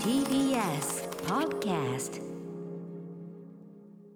TBS Podcast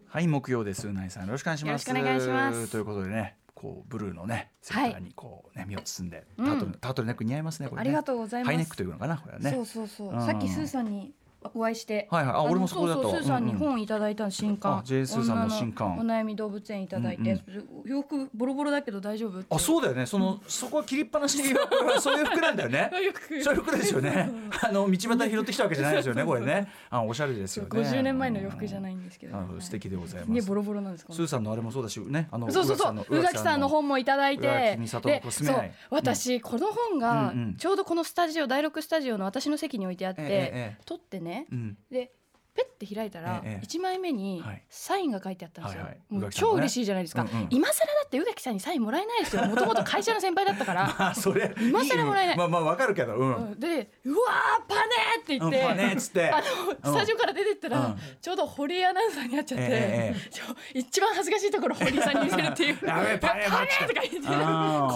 はい木曜ですうないさんよろしくお願いしますよろしくお願いしますということでねこうブルーのねセはいーターにこうね身を包んで、タートルタートルネック似合いますねこれねありがとうございますハイネックというのかなこれはねそうそうそう、んさっきスーさんにお会いして、はいはいあの俺もそこだったうそうスーさんうにんうん本いただいたの新刊、あ J スーさんの新刊女のお悩み動物園いただいて、洋服ボロボロだけど大丈夫ってあそうだよねそのそこは切りっぱなしで そういう服なんだよねそういう服そういう服ですよねあの道端で拾ってきたわけじゃないですよねこれねあおしゃれですよね50年前の洋服じゃないんですけど、なるほど素敵でございます、ねボロボロなんですかスーさんのあれもそうだしねあのそうそうそう宇垣さんの本もいただい宇垣て美里のでコスメそ愛う私この本がうんうんちょうどこのスタジオ第6スタジオの私の席に置いてあっえええてえ取ってねうんでペッて開いたらええ1枚目にはいサインが書いてあったんですよはいはいも宇う垣さんの超ね嬉しいじゃないですかうんうん今更だって宇垣さんにサインもらえないですよもともと会社の先輩だったからあそれ今更もらえないまあまあわかるけど うん、うんでうわーパネーって言ってうんパネーっつって あのスタジオから出てったうらんちょうど堀井アナウンサーに会っちゃって、えええちょ一番恥ずかしいところ堀井さんに見せるっていう やべえパネーパネーとか言って後輩アあーナウン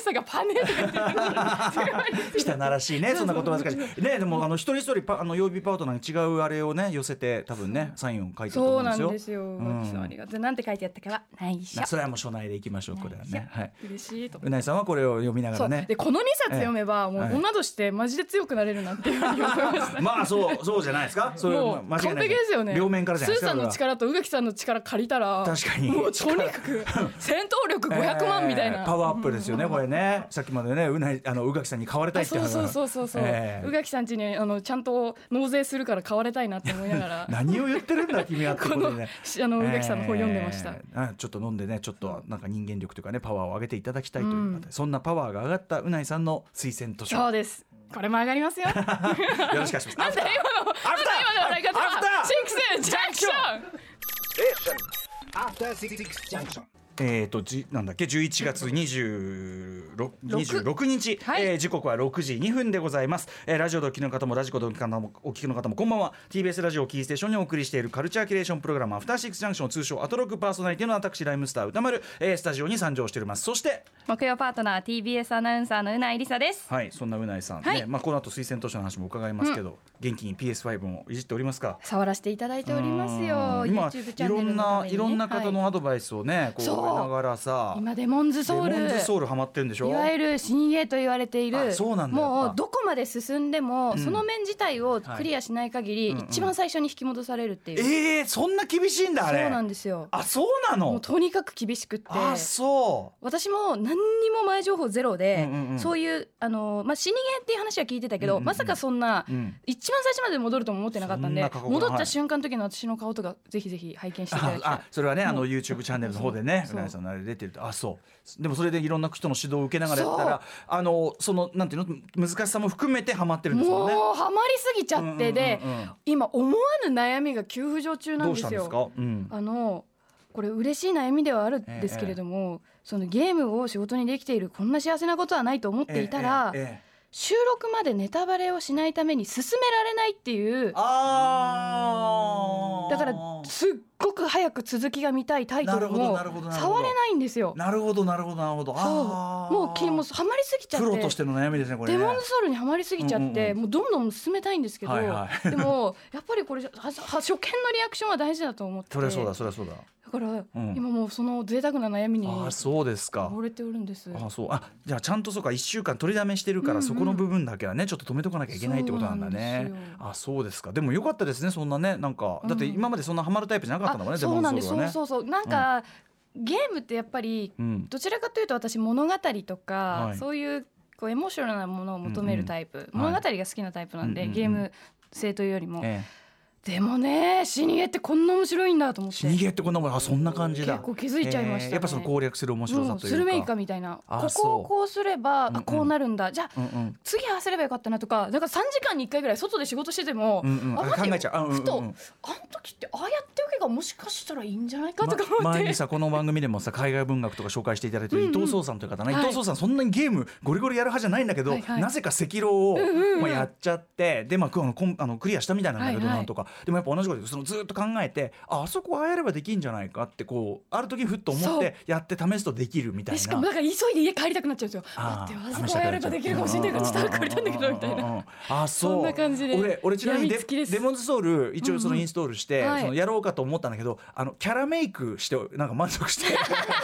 サーがパネーとか 言って汚らしいねそんな言葉難しいねでもあの一人一人パあの曜日パートナーに違うあれをね寄せて多分ねサインを書いてるとそ思ううんですなよんですよ、ん私のありがとうなんて書いてあったかは内緒なそれはもう初内でいきましょうこれはねはい嬉しいと思うってないさんはこれを読みながそらうねでこの2冊読めば、もはいう女としてマジで強くなれるなっていうふうに思いましたまあそうそうじゃない ですか それもはう間違い完ない璧ですよね両面からじゃないでスすーかさんの力と宇垣さんの力借りたら確かにもうとにかく戦 闘力500万みたいな、えーパワーアップですよねこれねさっきまでねうないあの宇垣さんに買われたいあってそう話そうそうそうそう、えー宇垣さんちにあのちゃんと納税するから買われたいなって思いなが ら何を言ってるんだ君はってこことのでねしあの宇垣さんの本読んでました、えーあちょっと飲んでねちょっとなんか人間力というかねパワーを上げていただきたいという方で、そんなパワーが上がったうないさんの推薦図書そうよですこれも上がりま すよ なんでろしくお願いします。今のなアんでフター今の笑い方アフターはシンクスジャンクション After Six Junction. えー、とじなんだっけ11月26 26日、はいえー時刻は6時2分でございます、えーラジオでお聞きの方もラジコでお聞きの方もお聞きの方もこんばんは TBS ラジオをキーステーションにお送りしているカルチャーキュレーションプログラム「アフターシックスジャンクション」通称アトロックパーソナリティの私ライムスター歌丸、えースタジオに参上しておりますそして木曜パートナー TBS アナウンサーのうないりさですはいそんなうないさん、はいねまあ、この後推薦図書の話も伺いますけど、元気に PS5 もいじっておりますか触らせていただいておりますよ今 YouTube チいャンろネルんのたなめにねいろんな方はのアドバイスをね、こうそう受けながらさい今デモンズソウルレモンズソウルハマってるんでしょいわゆる新鋭と言われていあるそうなんだやっもぱうどこまで進んでも、その面自体をクリアしない限り、一番最初に引き戻されるっていう、えー、そんな厳しいんだあれそうなんですよあそうなもうのとにかく厳しくってあそ私も何にも前情報ゼロで、うんうんうんそういうあの、まあ、死にゲーっていう話は聞いてたけど、うんうんうんまさかそんな、うん一番最初まで戻るとも思ってなかったんでそんな過酷な戻った瞬間の時の私の顔とかぜひぜひ拝見していただあきたいあそれはねあの YouTube チャンネルの方でねそううなぎさんのあれ出てるとあそうでもそれでいろんな人の指導を受けながらやったらあのそのなんていうの難しさも含めてハマってるんですももうんねハマりすぎちゃってで、うんうんうんうん今思わぬ悩みが急浮上中などんうでしたんすでよすか、うん、あのこれ嬉しい悩みではあるんですけれども、そのゲームを仕事にできているこんな幸せなことはないと思っていたら、ええええ収録までネタバレをしないために進められないっていうあーだからすっごく早く続きが見たいタイトルもなるほどなるほどなるほど触れないんですよ。なるほどなるほどなるほどあそーうもうきもうハマりすぎちゃってプロとしての悩みですねこれデねモンズソウルにはまりすぎちゃって、うんうんもうどんどん進めたいんですけど、はいは でもやっぱりこれはは初見のリアクションは大事だと思ってそりゃそうだそりゃそうだだから、ん今もうその贅沢な悩みにあーそうですか溺れておるんですあそうあじゃあちゃんとそうか1週間取りだめしてるから、そこの部分だけはねちょっと止めとかなきゃいけないってことなんだねそうなんですよあそうですかでもよかったですねそんなねなんか、だって今までそんなハマるタイプじゃなかったんだもんねあそうなんです、デモンズソそうそうそうなんか、ゲームってやっぱり、うんどちらかというと私物語とか、はいそういうこうエモーショナルなものを求めるタイプ、うんうんはい物語が好きなタイプなんで、うんうんうんゲーム性というよりも、ルはね、えでもね死にゲーってこんな面白いんだと思えって死にゲーってこんなもんあそんな感じだ結構気づいちゃいましたねやっぱその攻略する面白さうんというか、スルメイカみたいなあこそこうをこうすれば、あこうなるんだじゃあ、うんうん次合わせればよかったなとかなんか3時間に1回ぐらい外で仕事してても、うんうんあ待てよ考えちゃうあうんうんうんふとあの時ってああやっておけばもしかしたらいいんじゃないかとか思って、ま、前にさこの番組でもさ海外文学とか紹介していただいてる伊藤壮さんという方ね、はい伊藤壮さんそんなにゲームゴリゴリやる派じゃないんだけど、はいはいなぜか赤狼を、まあ、やっちゃってでまあくあのコンあのクリアしたみたいなんだけど、はいはいなんとかでもやっぱ同じことでそのずっと考えてああそこああやればできんじゃないかってこうある時ふっと思っそうてやって試すとできるみたでいな。しかもなんか急いで家帰りたくなっちゃうんですよあ待ってーあそこはやればできるかもしれないからちょっと帰りたいんだけどみたい。うんうんうんなうんあ、そう。そんな感じで俺、俺ちなみやにデみつきですデモンズソウル一応そのインストールして、うんはいそのやろうかと思ったんだけど、あのキャラメイクしてなんか満足して。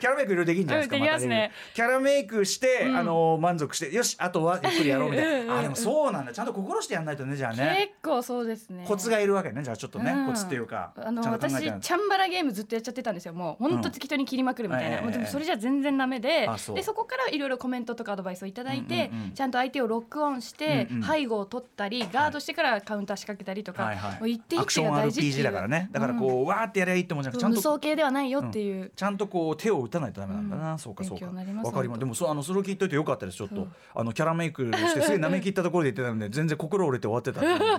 キャラメイクいろいろできるんじゃないですか。うんできますねたキャラメイクして、あの満足して、よし、あとはゆっくりやろうみたいな。あ、でもそうなんだ。ちゃんと心してやんないとね、じゃあね。結構そうですねコツがいるわけね。じゃあちょっとね、うんコツっていうか、あのちゃんと考私えてチやるャンバラゲームずっとやっちゃってたんですよもうほんと適当に切りまくるみたいな、うんもうでもそれじゃ全然ダメで、あそうでそこからいろいろコメントとかアドバイスをいただいて、うんうんうんちゃんと相手をロックオンして、うんうん背後を取ったりガードしてからカウンター仕掛けたりとか、はいはいもう一手ア一クシ手ョがン大事っていう RPG だからね。だからうんこう、わーってやればいいってもんじゃなくて、ちゃん無と双系ではないよっていう、ちゃんとこう手を打たないとダメなんだな、うんそうかそうか勉強になりますわかり本ます当でもそうあのそれを聞いといてよかったですちょっそとうあのキャラメイクしてすげえ舐め切ったところで言ってたので全然心折れて終わってたっていう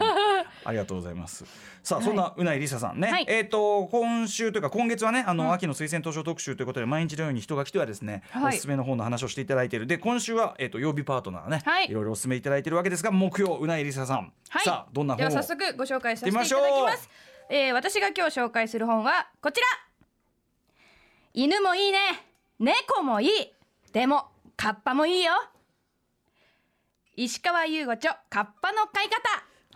ありがとうございますさあそんなうないりささんね、はいえっ、と今週というか今月はねあの、秋の推薦図書特集ということで毎日のように人が来てはですね、はいおすすめの方の話をしていただいているで今週はえっ、と曜日パートナーね、はいいろいろおすすめいただいているわけですが木曜うないりささん、はい、さあどんなで本はを早速ご紹介させていただき行ってみまましょすえー私が今日紹介する本はこちら犬もいいね猫もいいでもカッパもいいよ石川優吾著カッパの飼い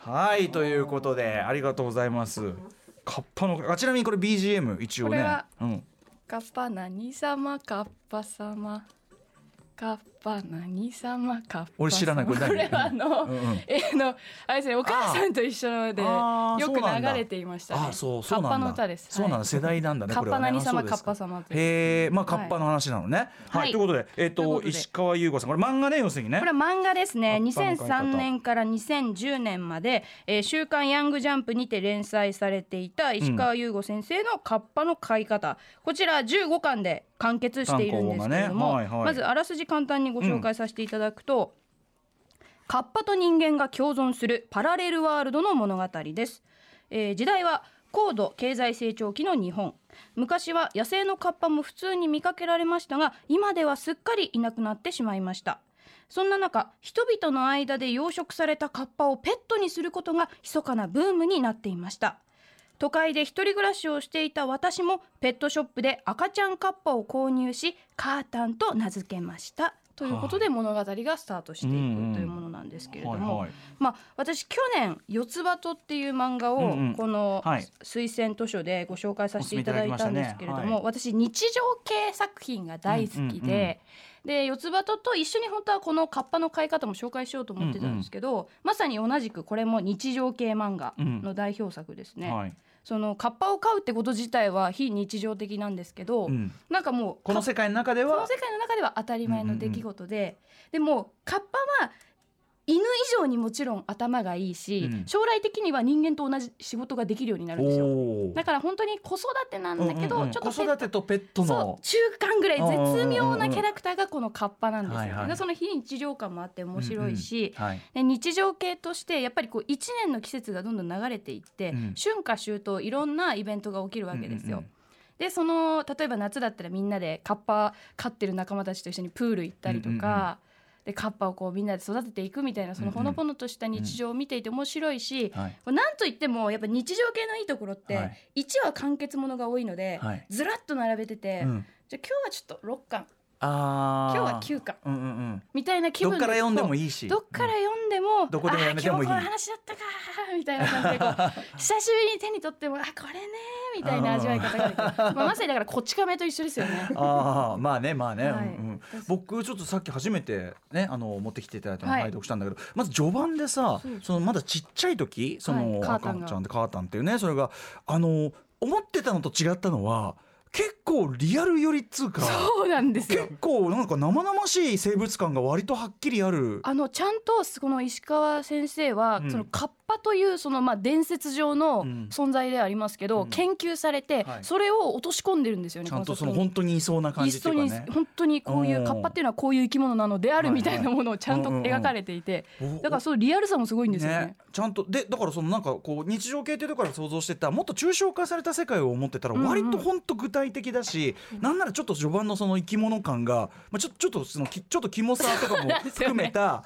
方はいということでありがとうございますカッパのあちなみにこれ BGM 一応これねは、うん、カッパ何様カッパ様カッパ何様カッパ様俺知らないこれ何これはあの、うんうんえーのあれですねお母さんと一緒であーよくそうなんだ流れていましたねあそうそうなんだカッパの歌ですそうなんだ世代なんだねカッこれパは何ねあそ様、うでカすッパ様ですへえまあカッパの話なのねはい、はいということでえっ、ということとで石川優子さんこれ漫画ね要するにねこれは漫画ですカッねパの飼い方2003年から2010年まで、えー週刊ヤングジャンプにて連載されていた石川優吾先生のカッパの飼い方、こちら15巻で完結しているんですけれど単行本も、がねはいはいまずあらすじ簡単にご紹介させていただくと、カッパと人間が共存するパラレルワールドの物語です、えー時代は高度経済成長期の日本昔は野生のカッパも普通に見かけられましたが今ではすっかりいなくなってしまいましたそんな中人々の間で養殖されたカッパをペットにすることが密かなブームになっていました都会で一人暮らしをしていた私もペットショップで赤ちゃんカッパを購入しカータンと名付けましたということで物語がスタートしていくというものなんですけれども、はいはいまあ、私去年「四つ葉と」っていう漫画うんをうんこのはい推薦図書でご紹介させていただいたんですけれおど勧めいただきましたねはも私日常系作品が大好きうんうんうんで。で四つ葉とと一緒に本当はこのカッパの飼い方も紹介しようと思ってたんですけど、まさに同じくこれも日常系漫画の代表作ですね、はいそのカッパを飼うってこと自体は非日常的なんですけど、うん、なんかもうこの世界の中でそのは世界の中では当たり前の出来事で、でもカッパは犬以上にもちろん頭がいいし、うん将来的には人間と同じ仕事ができるようになるんですよおーだから本当に子育てなんだけど、うんうんうんちょっと子ペッ育てとペットトのそう中間ぐらい絶妙うんうんうんうなんキャラクターがこのカッパなんですよ、はいはいでその非日常感もあって面白いし、はいで日常系としてやっぱりこう1年の季節がどんどん流れていって、うん春夏秋冬いろんなイベントが起きるわけでうすよ。んうんうんでその例えば夏だったらみんなでカッパ飼ってる仲間たちと一緒にプール行ったりとか、うんうんうんでカッパをこうみんなで育てていくみたいなそのほのぼのとした日常を見ていて面白いし、はいこれなんといってもやっぱ日常系のいいところっはてい1話完結ものが多いので、はいずらっと並べてて、うんじゃあ今日はちょっと6巻あ今ー日は9巻うんうんうんみたいな気ど分っから読んでもいいいしどっから読んでも、どこでもやめてもいい。あー今日この話だったかーみたいな感じでこう久しぶりに手に取ってもあこれねーみたいな味わい方ができる、まあ、まさにだからこっち亀と一緒ですよねああまあねまあね、はうんういん 僕ちょっとさっき初めてねあの持ってきていただいたのをはい拝読したんだけど、まず序盤でさそうそのまだちっちゃい時その、はいカータ赤ンがちゃんでカータンっていうねそれがあの思ってたのと違ったのは結構リアル寄りっつうかそうなんですよ結構なんか生々しい生物感が割とはっきりある。あのちゃんとこの石川先生は、うんそのカッパというそのまあ伝説上のうん存在ではありますけど、うん研究されて、はいそれを落とし込んでるんですよね。ちゃんとそのこ作本当にいそうな感品じっていうかね一緒に。本当にこういううんカッパっていうのはこういう生き物なのであるみたいなものをちゃんとはいはい描かれていて、おだからそうリアルさもすごいんですよね。ちゃんとでだからそのなんかこう日常系っていうところから想像してたもっと抽象化された世界を思ってたらうんうん割と本当具体的だし、なんならちょっと序盤のその生き物感が、まあ、ちょちょっとそのきちょっとキモさとかも そうなんですよね含めた。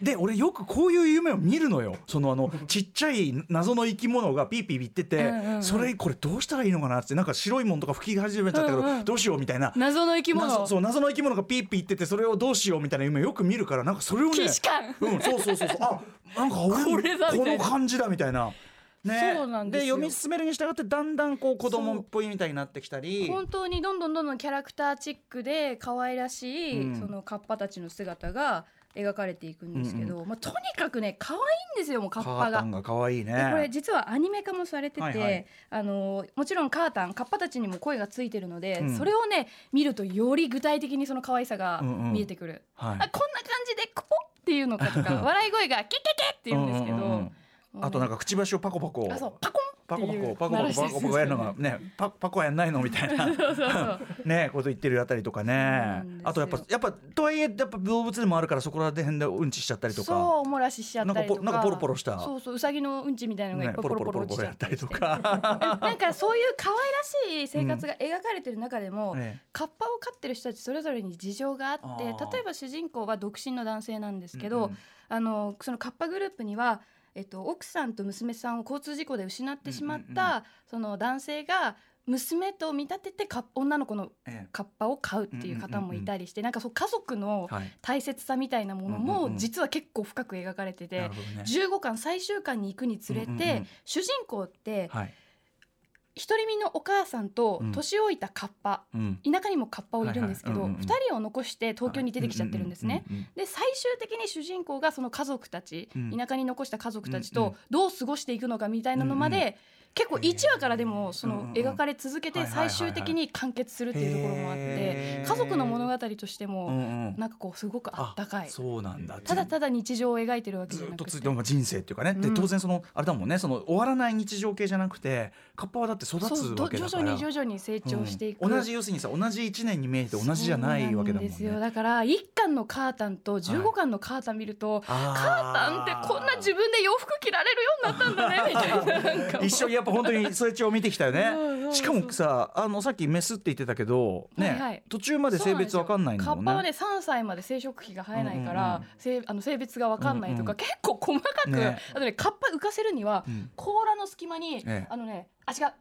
で俺よくこういう夢を見るのよそのあのちっちゃい謎の生き物がピーピー言ってて、うんうんうんそれこれどうしたらいいのかなってなんか白いもんとか吹き始めちゃったけど、うんうんどうしようみたいな謎の生き謎物そう謎の生き物がピーピー言っててそれをどうしようみたいな夢よく見るからなんかそれをね既視感うんそうそうそうそうあなんか俺これだみこたいのな感じだみたいな。ね、そうなんですよ読み進めるに従ってだんだんこう子供っぽいみたいになってきたり本当にどんどんどんどんキャラクターチックで可愛らしい、うんそのカッパたちの姿が描かれていくんですけど、まあ、とにかくね可愛いんですよもうカッカパータがン。が可愛いねでこれ実はアニメ化もされてて、はいはいあのもちろんカータンカッパたちにも声がついてるので、うんそれをね見るとより具体的にその可愛さがうんうん見えてくる、はいあこんな感じでコポっていうのかとか笑い声がケケケって言うんですけど、うんうんうんあとなんかかくちばしをパコパコあそうパコパコパっていコうパコパコパコパコやるのがねパパコはやんないのみたいなンそうそうねこと言ってるあたりとかねそうなんですよあとやっぱやっぱとはいえやっぱ動物でもあるからそこら辺でうんちしちゃったりとかそうおもらししちゃったりとかなんかポロなんかポロポロしたそうそううさぎのうんちみたいなのがいっねぱいポポロポロポロロポロポロ落ちちゃやっったたりりととかか なんかそういう可愛らしい生活が描かれてる中でも、ええカッパを飼ってる人たちそれぞれに事情があってあー例えば主人公は独身の男性なんですけど、うんうんあのそのカッパグループには、えっと、奥さんと娘さんを交通事故で失ってしまった、うんうんその男性が娘と見立ててカッ女の子のえカッパを飼うっていう方もいたりして、なんかそう家族のえはい大切さみたいなものうんうんうもん実は結構深く描かれてて、なるほどね15巻最終巻に行くにつれて、うんうんうん主人公ってはい独り身のお母さんとうん年老いたカッパ、うん田舎にもカッパをいるんですけはいど、は二いうんうんうん2人を残して東京に出てきちゃってるんですね。うううんうんで最終的に主人公がその家族たち、うん田舎に残した家族たちうんうとんどう過ごしていくのかみたいなのまで、うん結構1話からでもそうんうんうのん描かれ続けはていはいはいは最い終的に完結するっていうところもあってへー家族の物語としてうもんうんなんかこうすごくあったかいそうなんだただただ日常を描いてるわけじずゃなっとくついててまあ人生っていうかね、でうん当然そのあれだもんねその終わらない日常系じゃなくてカッパはだって育つそうわどけ徐だから々に徐々に成長していく、うん同じ要するにさ同じ1年に見えて同じじゃないわけだもんね。そうなんですよだから1巻のカータンと15巻のカータン見ると、カータンあーってこんな自分で洋服着られるようになったんだねみたいな なんかもう一緒にやっぱ本当にそれちを見てきたようんうね。んしかもさあのさっきメスって言ってたけどね、はいはい途中まで性別わかんないんだもんね。カッパはね3歳まで生殖器が生えないかうんらうんう、性あの性別が分かんないとか、うんうん結構細かく、ねあとねカッパ浮かせるには、うん甲羅の隙間に、ええあのねあ違う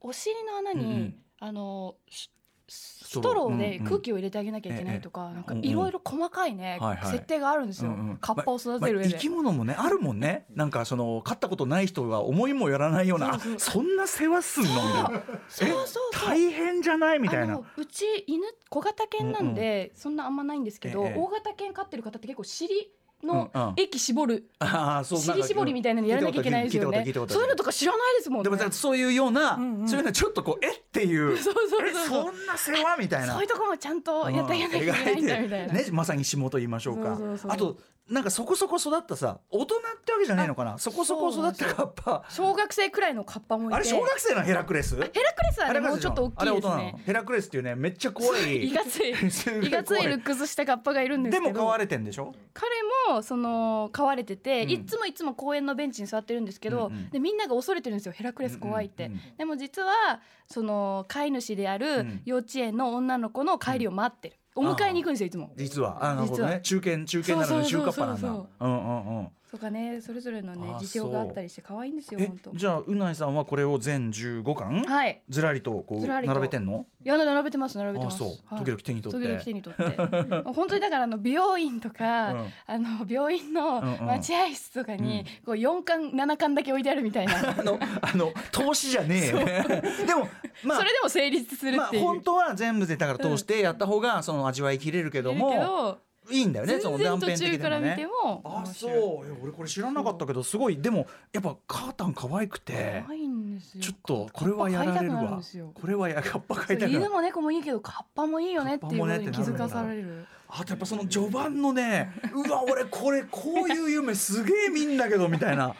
お尻の穴に、うんうんあのしストトローローでうんうん空気を入れてあげなきゃいけないとか、なんかうんうんいろいろ細かいね、はいはい設定があるんですよ、うんうんカッパを育てる上まであ生。き物もねあるもんねなんかその飼ったことない人は思いもよらないようなあそうそうそんな世話すんのみたいなそうそうそう大変じゃないみたいあなのうち犬小型犬なんで、そんなあんまないんですけど、ええ大型犬飼ってる方って結構尻のうんうん液絞るあーそうなん尻か絞りみたいなのやらなきゃいけないですよね聞いたこと聞いたこと聞いたことそういうのとか知らないですもんでねもだからそういうような、そういうのはちょっとこうえっていう そうそうそうそうえそんな世話みたいなそういうとこもちゃんとやってあげなきゃいけないんだみたいうんな、ね、まさに下と言いましょうかそうそうそうあとなんかそこそこ育ったさ大人ってわけじゃないのかなそこそこ育ったカッパ小学生くらいのカッパもいてあれ小学生のヘラクレスヘラクレスはねもうちょっとあ大れ大人きいですなのねヘラクレスっていうねめっちゃ怖いいか ついいかついルックスしたカッパがいるんですでけども飼われてんでしょ彼もその飼われてて、うんいつもいつも公園のベンチに座ってるんですけど、うんうんでみんなが恐れてるんですよヘラクレス怖いって、うんうんでも実はその飼い主であうるん幼稚園の女の子の帰りを待ってる、お迎えに行くんですよいつも実はあなるほど実ねは中堅中堅なのに中そうカそッうそパうそうなんだうんうんうんとかねそれぞれのねあ事情があったりして可愛いんですよえ本当じゃあうないさんはこれを全15巻はいずらりとこうずらりと並べてんのいや並べてます並べてあますそうはい時々手に取っ時々手てに取って 本当にだからあの美容院とか、うんあの病院のうんうん待合室とかにこう4巻7巻だけ置いてある みたいな、あのあの投資じゃねえよ でもまあそれでも成立するまあっていう、本当は全部でだから通してやった方がその味わい切れるけどいるけもどいいんだよねその全然断片途中的でかもら見てね。もあ面そ白ういいや俺これ知らなかったけどすごいでもやっぱカータン可愛くて可愛いんですよちょっとこれはやられるカッパ飼いたくなるんわですよこれはや カッパそ買いうたくな犬るも猫もいいけどカッパもいいよねっていうことに気づかされるあとやっぱその序盤のね うわ俺これこういう夢すげえ見んだけどみたいな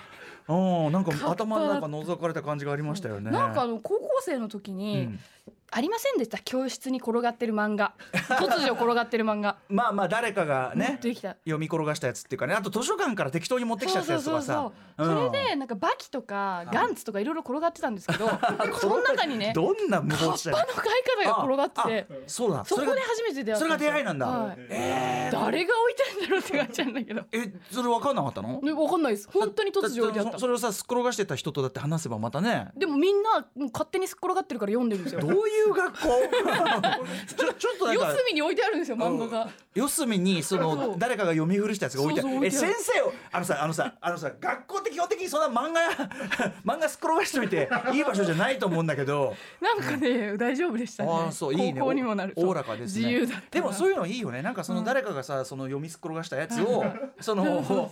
うんなんか頭の中覗かれた感じがありましたよねなんかあの高校生の時に、うんありませんでした教室に転がってる漫 画突如転がってる漫画まあまあ誰かがねできた読み転がしたやつっていうかねあと図書館から適当に持ってきちゃったやつとかさそうそうそううんそれでなんかバキとかガンツとかいろいろ転がってたんです けどその中にねどんな無謀地帯葉の買い方が転がっててああそうだそこれでが初めて出会ったそれが出会いなんだ、はいえー誰が置いてんだろうって感じなんだけどえそれ分かんなかったのねわかんないです本当に突如置いてあだだったそそれをさすっ転がしてた人とだって話せばまた ねでもみんなもう勝手にすっ転がってるから読んでるんですよどういう学校 ちょちょっとなん四か隅に置いてあるんですよ漫画が四隅にそそのう誰かが読み古したやつが置いてあるそうそうえ置いてあ先る生をあのさあのさあのさ学校って基本的にそんな漫画 漫画すっ転がしておいていい場所じゃないと思うんだけど、 なんかね大丈夫でしたねああそういいね高校にもなるとおおおらかですね自由だったでもそういうのいいよねなんかその誰かがさその読みすっ転がしたやつを その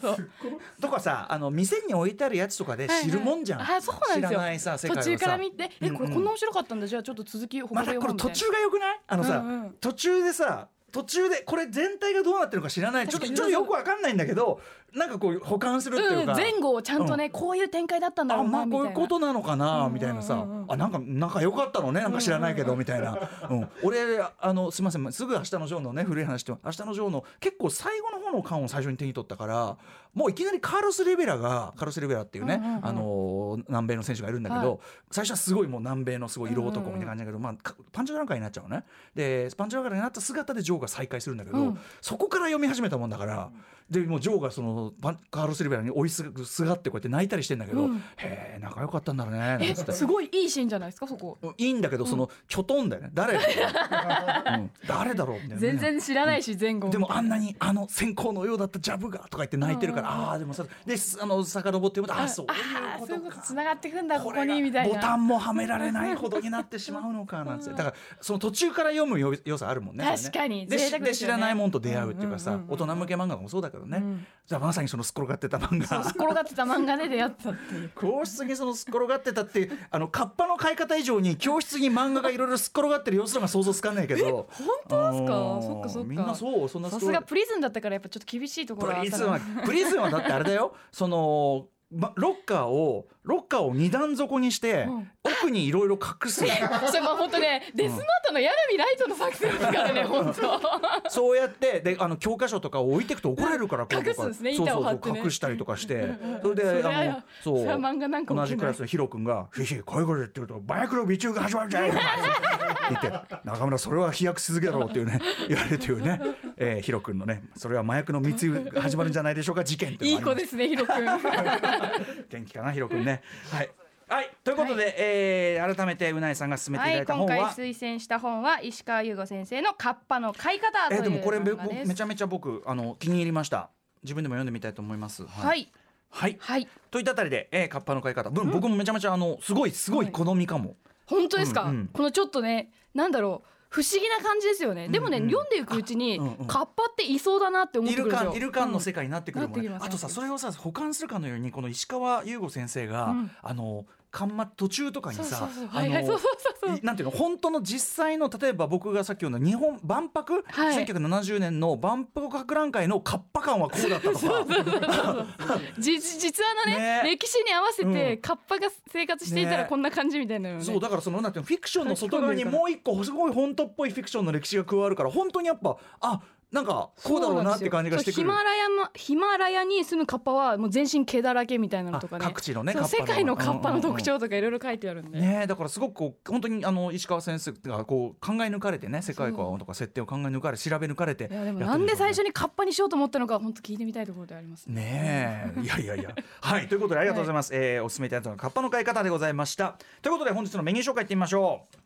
とかさあの店に置いてあるやつとかではいはい知るもんじゃん、あそうなんですよ知らないさ世界を途さ中から見てえこうんれうんこんな面白かったんだじゃあちょっと続き他までた読こもれうみたいな途中が良くないあのさ、うんうん途中でさ途中でこれ全体がどうなってるのか知らないちょっとちょっ確かにとよくわかんないんだけどなんかこう保管するっていうか、うん、前後をちゃんとね、こういう展開だったんだろあうまあなみたこいうないうことなのかなみたいなさ、うんうんうんうんあなんかなんか良かったのねなんか知らないけどみたいな、うん、俺あのすいませんすぐ明日のジョーのね古い話と明日のジョーの結構最後の方の巻を最初に手に取ったからもういきなりカーロス・レベラがカーロス・レベラっていうね、うんうんうんあの南米の選手がいるんだけど、はい最初はすごいもう南米のすごい色男みたいな感じだけど、まあか、パンチランカーになっちゃうのねでパンチランカーになった姿でジョーが再会するんだけど、うんそこから読み始めたもんだから。でもうジョーがそのパンカーロス・リベラに追いすがってこうやって泣いたりしてんだけど、うんへえ仲良かったんだろうねなんえつってすごいいいシーンじゃないですかそこいいんだけどそのきょとんだよね誰だろう、うん誰だろうみたいなね全然知らないし前後でもあんなにあの線香のようだったジャブがとか言って泣いてるから、ああでもさですあの遡って読むとああそうああそういいうこうこととかつながってくんだここれにがみたいなボタンもはめられないほどになってしまうのかなんつってだからその途中から読むよ良さあるもんね確かにそれねで贅し沢ですよねで知らないもんと出会うっていうかさ、うんうんうんうん大人向け漫画もそうだけどね、うんじゃあまさにそのすっ転がってた漫画そうすっ転がってた漫画で出会ったっ ていう教室にそのすっ転がってたっていうあのカッパの買い方以上に教室に漫画がいろいろすっ転がってる様子らが想像つかんないけど本当ですうかんそっかそっかみんなそうそんなさすすっがプリズンだったからやっぱちょっと厳しいところプはあっリたズンなはプリズンはだってあれだよその、ま、ロッカーをロッカーを二段底にして、うん奥にいろいろ隠すそれまあ本当ねデスノートの柳ライトの作戦ですからね 本当そうやってであの教科書とかを置いてくと怒られるからこう隠すんですねそうそう板を張そっうてね隠したりとかしてそれでそれはあのそうそれは漫画なんか同もじ起きクなラいスのヒロ君が「ひひこういうこと言ってると麻薬の備中が始まるんじ ゃないか」って言って「中村それは飛躍し続けだろう」っていう ね言われるというね、えー、ヒロ君のねそれは麻薬の密輸が始まるんじゃないでしょうか事件っていいういのがあ子りですねヒロ君ます元気かなヒロ君ね。はいはい、ということで、えー改めてうないさんが勧めていたはだいい、た今本は、回推薦した本は石川優吾先生の「カッパの買い方」といえうーでもこれめ漫画ですめちゃめちゃ僕あの気に入りました自分でも読んでみたいと思います。は、いはい、はいといったあたりで、えー、カッパの買い方、ぶん、僕もめちゃめちゃあのすごいすごい好みかも。本当ですか、うんうんこのちょっとねなんだろう不思議な感じですよねでもね、うんうん読んでいくうちに、あうんうんカッパっていそうだなって思っイてくるルんでカすよンイルカンの世界になってくるもんね、うんなってきますあとさそれをさ保管するかのようにこの石川優吾先生が、うんあのかんま途中とかにそうそさうそうあはいはいそうのそうそうそういなんていうの本当の実際の例えば僕がさっき言うの日本万博、はい1970年の万博博覧会のカッパ感はこうだっ たとかじじ実はのねね歴史に合わせて、うんカッパが生活していたらねこんな感じみたいなのねそうだからそのなんていうのフィクションの外側に書き込んでるからもう一個すごい本当っぽいフィクションの歴史が加わるから本当にやっぱあなんかこうだろうなって感じがしてくそうるヒ。マラヤまヒマラヤに住むカッパはもう全身毛だらけみたいなのとかねあ各地のねそうカッパの世界のカッパうんうんうのん特徴とかいろいろ書いてあるんで、ねえだからすごくこう本当にあの石川先生がこう考え抜かれてね世界観とか設定を考え抜かれ調べ抜かれていやでもやなってるんでしょう最ね初にカッパにしようと思ったのか本当聞いてみたいところではありますねね えいやいやいやはいということでありがとうございます、えーおすすめいただいたのはカッパの買い方でございましたということで本日のメニュー紹介いってみましょう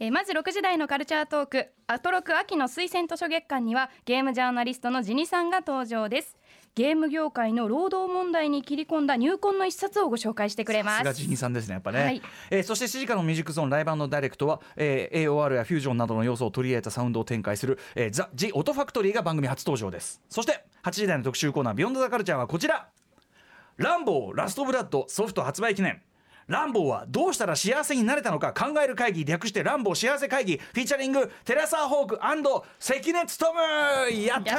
えーまず6時台のカルチャートークアトロク秋の推薦図書月間にはゲームジャーナリストのジニさんが登場ですゲーム業界の労働問題に切り込んだ入魂の一冊をご紹介してくれさますがジニさんですねやっぱね、はいえーそして7時からのミュージックゾーンライブダイレクトは、えー AOR やフュージョンなどの要素を取り入れたサウンドを展開する、えー、ザ・ジ・オトファクトリーが番組初登場ですそして8時台の特集コーナー「ビヨンド・ザ・カルチャー」はこちら「ランボーラスト・ブラッドソフト発売記念」ランボーはどうしたら幸せになれたのか考える会議略してランボー幸せ会議フィーチャリングテラサーホーク関根勤やったーやったー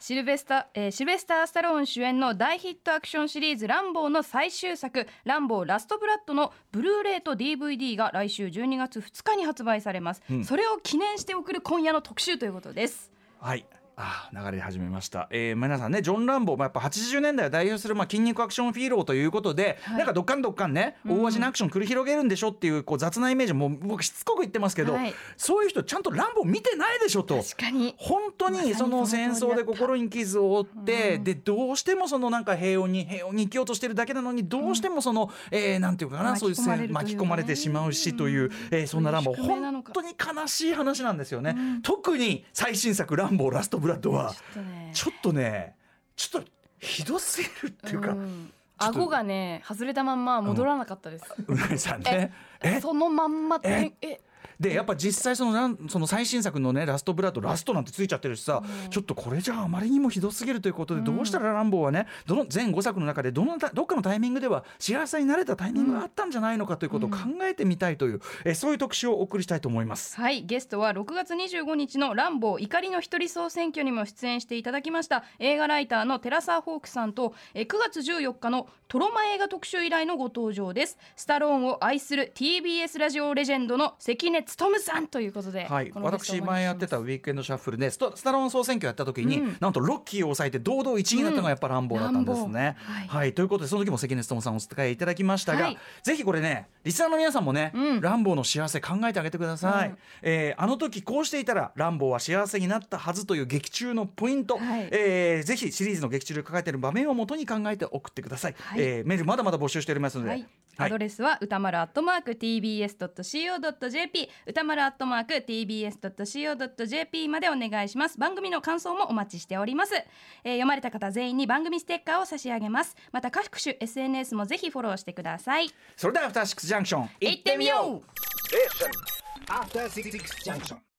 シルベスタ、えーシルベスター・スタローン主演の大ヒットアクションシリーズ「ランボー」の最終作「ランボーラストブラッド」のブルーレイと DVD が来週12月2日に発売されます、んそれを記念して送る今夜の特集ということですはい。ああ流れ始めました、えー、皆さんねジョン・ランボー、まあ、やっぱ80年代を代表する、まあ、筋肉アクションヒーローということで、なんかドッカンドッカンね大味なアクション繰り広げるんでしょっていうこう雑なイメージもう僕しつこく言ってますけど、はいそういう人ちゃんとランボー見てないでしょと。確かに本当にその戦争で心に傷を負って、でどうしてもそのなんか平穏に平穏に生きようとしてるだけなのにどうしてもその、えーなんていうかなそういう巻き込ま戦れるとい巻うき込まれてしまうしという、えーそんなランボーそういう宿命なの本か当に悲しい話なんですよね、特に最新作「ランボーラストブラッドは」ちょっとねちょっとねちょっとひどすぎるっていうか、んちょっと顎がね外れたまんま戻らなかったです、うなぎさんね。えそのまんまってえでやっぱ実際そのなんその最新作のね「ラストブラッド」ラストなんてついちゃってるしさ、ちょっとこれじゃああまりにもひどすぎるということで、どうしたらランボーはねどの全5作の中でどのたどっかのタイミングでは幸せになれたタイミングがあったんじゃないのかということを考えてみたいという、えそういう特集をお送りしたいと思います。はいゲストは6月25日の「ランボー怒りの一人総選挙」にも出演していただきました映画ライターの寺澤ホークさんとえー9月14日のトロマ映画特集以来のご登場ですスタローンを愛する TBS ラジオレジェンドの関根勤さんということで、はい、このゲス私トをお招きします前やってたウィークエンドシャッフルでストスタローン総選挙やった時に、なんとロッキーを抑えて堂々1位になったのがやっぱ乱暴だったんですね。乱暴ははいい、ということでその時も関根勤さんお伝えいただきましたが、はいぜひこれねリスナーの皆さんもね、ランボーの幸せ考えてあげてください、えーあの時こうしていたらランボーは幸せになったはずという劇中のポイント、はいえーぜひシリーズの劇中で抱えている場面をもとに考えて送ってください、はいえーメールまだまだ募集しておりますので、はい、アドレスは歌丸アットマーク tbs.co.jp 歌丸アットマーク tbs.co.jp までお願いします番組の感想もお待ちしております、えー読まれた方全員に番組ステッカーを差し上げますまた各種 SNS もぜひフォローしてくださいそれではアフターシックスジャンクション行ってみよう After Six Junction.